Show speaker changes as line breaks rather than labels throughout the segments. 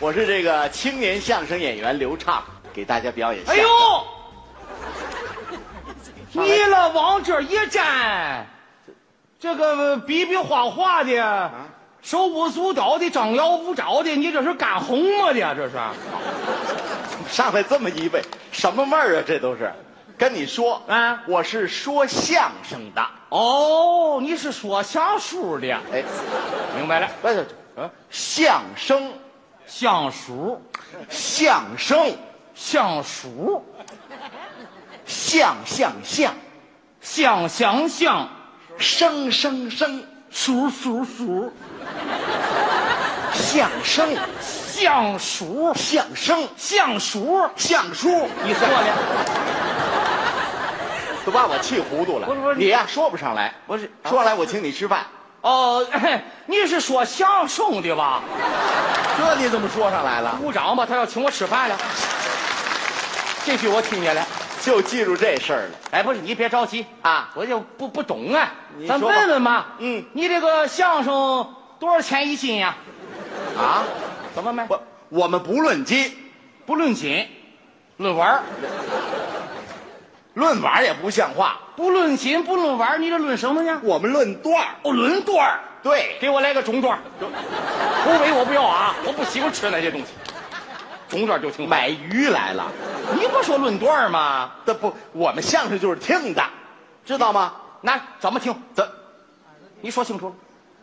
我是这个青年相声演员刘畅，给大家表演。
哎呦，，你了往这儿一站，这个比比划划的，手舞足蹈的，张牙舞爪的，你这是干红吗的？这是
上来这么一位，什么味儿啊？这都是，跟你说
啊
我是说相声的。
哦，你是说相书的，
哎，
明白了，
不是，啊，相声，
相书，
相声，
相书，
相相相，
相相相，
生生生，
书书书，
相声，
相书，
相声，
相书，
相书。
你错了。
都把我气糊涂了。
不是不是
你呀、说不上来。
不是啊
说上来我请你吃饭，
哦，嘿你是说相声的吧？
这你怎么说上来了？
鼓掌吧，他要请我吃饭了。这句我听见了。
就记住这事儿了
哎，不是，你别着急
啊！
我就不不懂啊
你。
咱
说吧
问问吧。
嗯
你这个相声多少钱一斤呀？
啊，
怎么卖？
我我们不论斤，
不论斤，论玩儿
论碗也不像话，
不论斤不论玩儿你这论什么呀？
我们论段儿。
哦，论段儿
对，
给我来个中段儿头尾我不要啊，我不喜欢吃那些东西。中段儿就听。
买鱼来了。
你不说论段儿吗？
这不，我们相声就是听的，知道吗？
那怎么听？
怎
你说清楚了。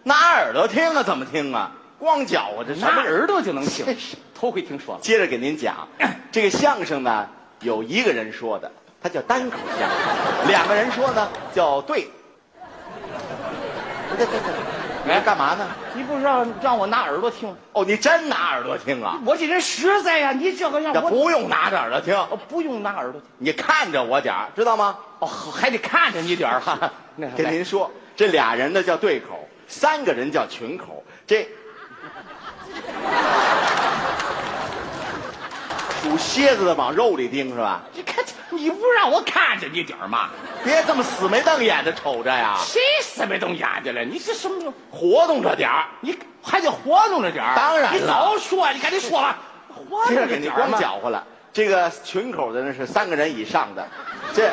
拿耳朵听啊？怎么听啊？光脚啊？这什
拿
么人？
耳朵就能 听
真是，
头回听说了。
接着给您讲，这个相声呢，有一个人说的，他叫单口相声；两个人说呢，叫对。对对对，你这干嘛呢？
你不让让我拿耳朵听，
哦，你真拿耳朵听啊？
我这人实在呀、你这个让
这
我
不用拿着耳朵听，
我不用拿耳朵听，
你看着我点儿，知道吗？
哦，还得看着你点儿哈。 那
啊跟您说，这俩人呢叫对口，三个人叫群口。 这属蝎子的往肉里钉是吧？
你看你不让我看着你点儿吗？
别这么死眉瞪眼的瞅着呀，
谁死没瞪眼睛了？你这什么？
活动着点儿。
你还得活动着点儿。
当然了
你早说，你赶紧说吧。活
接着
动着
给你
点儿
光
嘛。
搅和了。这个群口的呢是三个人以上的， 这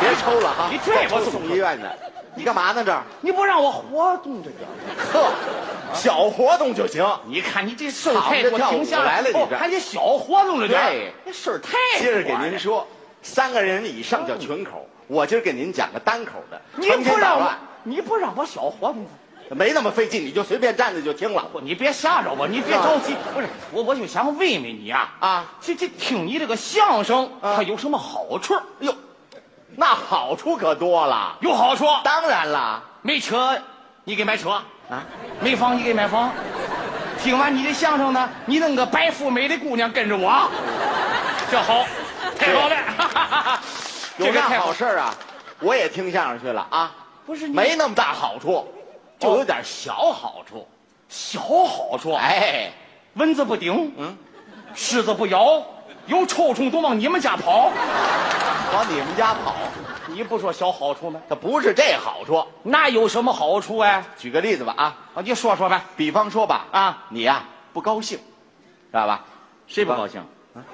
别抽了哈，
你这我
抽
怎么
送医院的。你干嘛呢？这儿
你不让我活动着点儿。
呵，小活动就行。
你看你这事儿
躺
太
着
多，
跳舞
停下
来了你
哦
这
还得小活动着点儿
对。
这事儿太
接着给
多
您
了
说，三个人以上叫群口，我今儿给您讲个单口的。
嗯你
成
不
天捣
让
乱
我，你不让我小活动，
没那么费劲，你就随便站着就听了。
不，你别吓着我，你别着急。不是，我我就想问问你啊
啊，
这这听你这个相声，
啊
它有什么好处？
哟，那好处可多了。
有好处，
当然啦，
没车你给买车，
啊，
没房你给买房。听完你的相声呢，你弄个白富美的姑娘跟着我，这好，太好了哈哈哈哈，
有
这个
那
太
好事儿啊，我也听相声去了啊。
不是你哦
没那么大好处，就有点小好处。
小好处，
哎，
蚊子不叮，
嗯，
虱子不咬，有臭虫都往你们家跑。
嗯往你们家跑，
你不说小好处吗？
它不是这好处。
那有什么好处哎？
举个例子吧啊，
啊，你说说呗。
比方说吧
啊，
你呀、不高兴，知道吧？
谁
不高
兴？
啊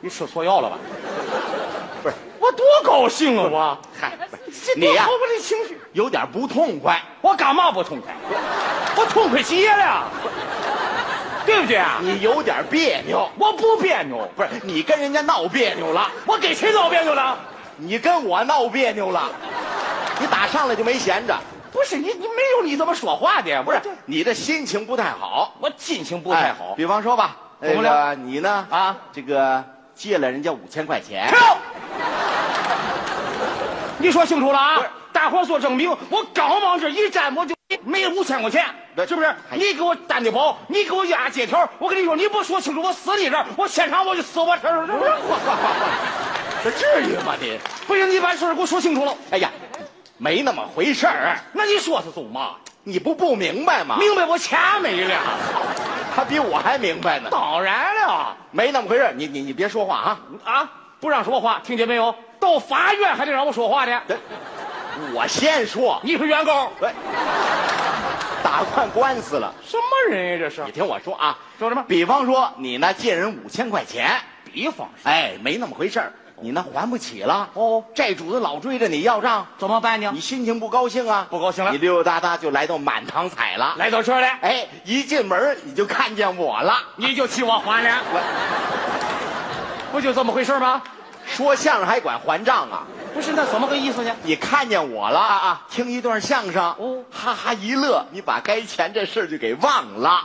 你吃错药了吧？
不是，
我多高兴啊！我
嗨，不是
这
你
多
呀
好我的情绪，
有点不痛快。
我干嘛不痛快？我痛快极了，对不对啊？
你有点别扭，
我不别扭，
不是你跟人家闹别扭了，
我给谁闹别扭了？
你跟我闹别扭了，你打上来就没闲着，
不是你，你没有你这么说话的，
不是你这心情不太好，
我心情不太好
哎。比方说吧，
怎么
那
了
个你呢
啊
这个借了人家五千块钱
停，！你说清楚了
不是
啊！大伙儿做证明，我刚往这一站，我就没五千块钱，
那
是不是？
哎
你给我担的包，你给我压借条，我跟你说，你不说清楚，我死你这儿，我现场我就死我这儿。
这至于吗你？
不行，你把事儿给我说清楚了。
哎呀，没那么回事儿，
那你说他走嘛？
你不不明白吗？
明白我钱没了，
他比我还明白呢，
当然了
没那么回事儿你你你别说话啊！
啊！不让说话，听见没有？到法院还得让我说话呢。
我先说，
你是原告，
喂，打惯官司了。
什么人呀？这是
你听我说啊，
说什么？
比方说你呢借人五千块钱，
比方说，
哎，没那么回事儿，你呢还不起了，
哦，
债主子老追着你要账，
怎么办呢
你？心情不高兴啊，
不高兴了
你溜溜达达就来到满堂彩了，
来到这儿来，
哎，一进门你就看见我了。
你就替我还了，
我
不就这么回事吗？
说相声还管还账啊？
不是，那怎么个意思呢？
你看见我了啊啊！听一段相声，
哦
哈哈一乐，你把该钱这事儿就给忘了，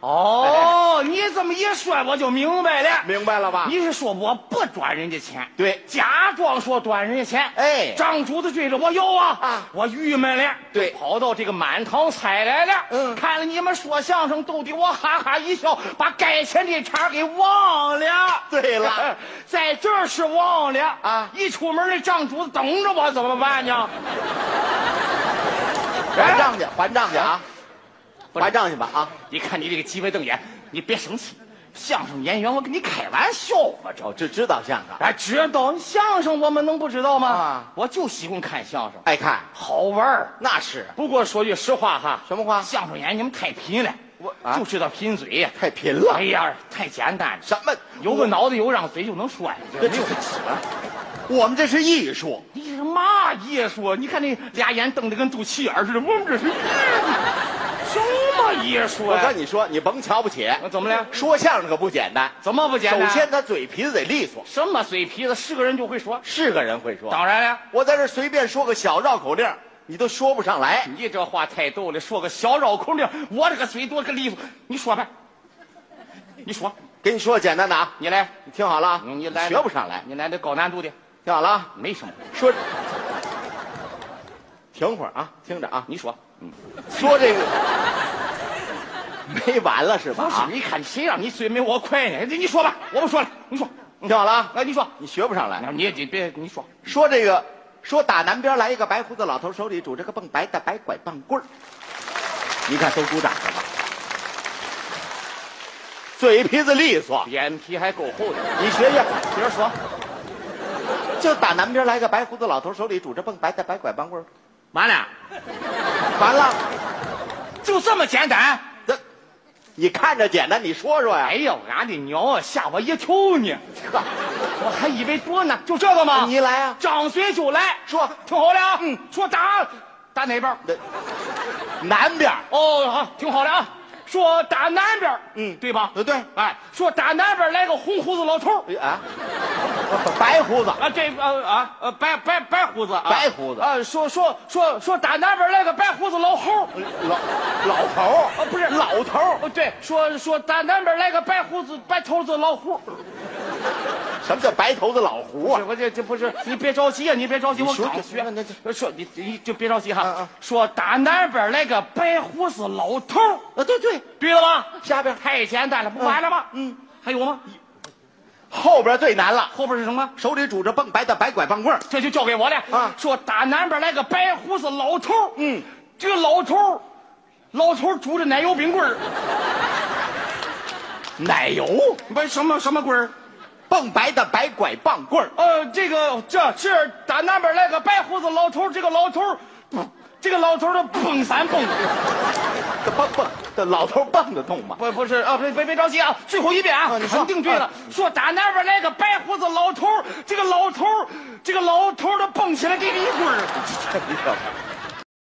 哦，你这么一说，我就明白了。
明白了吧？
你是说我不转人家钱，
对
假装说转人家钱，
哎
张主子追着我要啊
啊
我郁闷了，
对
跑到这个满堂彩来了，
嗯
看了你们说相声逗得我哈哈一笑，把该钱这茬儿给忘了。
对了，
在这儿是忘了
啊
一出门那张主子等着我怎么办呢？哎
还账去，还账去啊！
不是
还账去吧啊！
你看你这个鸡巴瞪眼，你别生气，相声演员我跟你开玩笑嘛，这
哦，这知道相声，
哎知道相声我们能不知道吗？
啊
我就喜欢看相声。
爱哎看
好玩儿。
那是
不过说句实话哈，
什么话？
相声演员你们太贫了，
我啊
就知道贫嘴呀。
太贫了
哎，呀，太简单了，
什么？
有个脑子有张嘴就能说呀，
这
没有
这我们这是艺术，
你是嘛艺术？你看那俩眼瞪得跟肚脐眼儿似的，我们这是艺术，什么啊艺术
我
呀
跟？你说，你甭瞧不起。
啊怎么了
说相声可不简单，
怎么不简
首
单？啊
先他嘴皮子得利索，
什么嘴皮子，是个人就会说。
是个人会说。
当然了，
我在这随便说个小绕口令儿，你都说不上来。
你这话太逗了，说个小绕口令，我这个嘴多个利索，你说呗，你说，
给你说个简单的啊，
你来，
你听好了啊，
嗯你来
学不上来，
你来点高难度的，
听好了啊，
没什么。
说，停会儿啊，听着啊，
你说，
说这个没完了是吧？
不是
啊，
你看谁让你嘴没我快呢？你说吧，我不说了，你说，嗯
听好了啊，
来，你说，
你学不上来。
你你别你说，
说这个，说打南边来一个白胡子老头，手里拄着个蹦白的白拐棒棍儿，你看都鼓掌了吧？嘴皮子利索，
脸皮还够厚的。
你学学。
接着说，
就打南边来个白胡子老头，手里拄着蹦白的白拐棒棍儿。
完了，
完了，
就这么简单。
这你看着简单，你说说呀
哎？呀，俺的娘啊，吓我一跳呢！我还以为多呢，就这个吗？
你来啊，
张嘴就来，
说
听好了啊，
嗯，
说打打哪边儿？
南边儿。
哦，好，听好了啊，说打南边儿，
嗯
对吧？
呃，对，
哎，说打南边儿来个红胡子老头儿。
哎啊，白胡子，
啊，这呃啊呃白白白胡子啊，
白胡子
啊，说说说说打南边来个白胡子老猴，
老老头儿
啊不是
老头儿
哦对，说说打南边来个白胡子白头子老虎，
什么叫白头子老胡
不
啊
是？我这这不是你别着急啊，你别着急，
你
我
说
刚
这
学啊
那那，
说你你就别着急哈，
嗯嗯
说打南边来个白胡子老头儿，
啊，对对，
对了吧？
下边
太简单了，不完了吗？
嗯，
还有吗？
后边最难了，
后边是什么？
手里拄着蹦白的白拐棒棍儿。
这就交给我了
啊
说打南边来个白胡子老头儿，
嗯，
这个老头儿，老头儿拄着奶油冰棍儿。
奶油，
不是什么什么棍儿？
蹦白的白拐棒棍儿。
呃，这个这是打那边来个白胡子老头儿，这个老头儿，这个老头儿的蹦三蹦，
这蹦蹦，这老头儿蹦得动吗？
不不是啊，别别别着急啊，最后一遍啊，
啊你说
肯定对了。
啊
说打那边来个白胡子老头儿，这个老头儿，这个老头儿的蹦起来给你一棍儿。
你这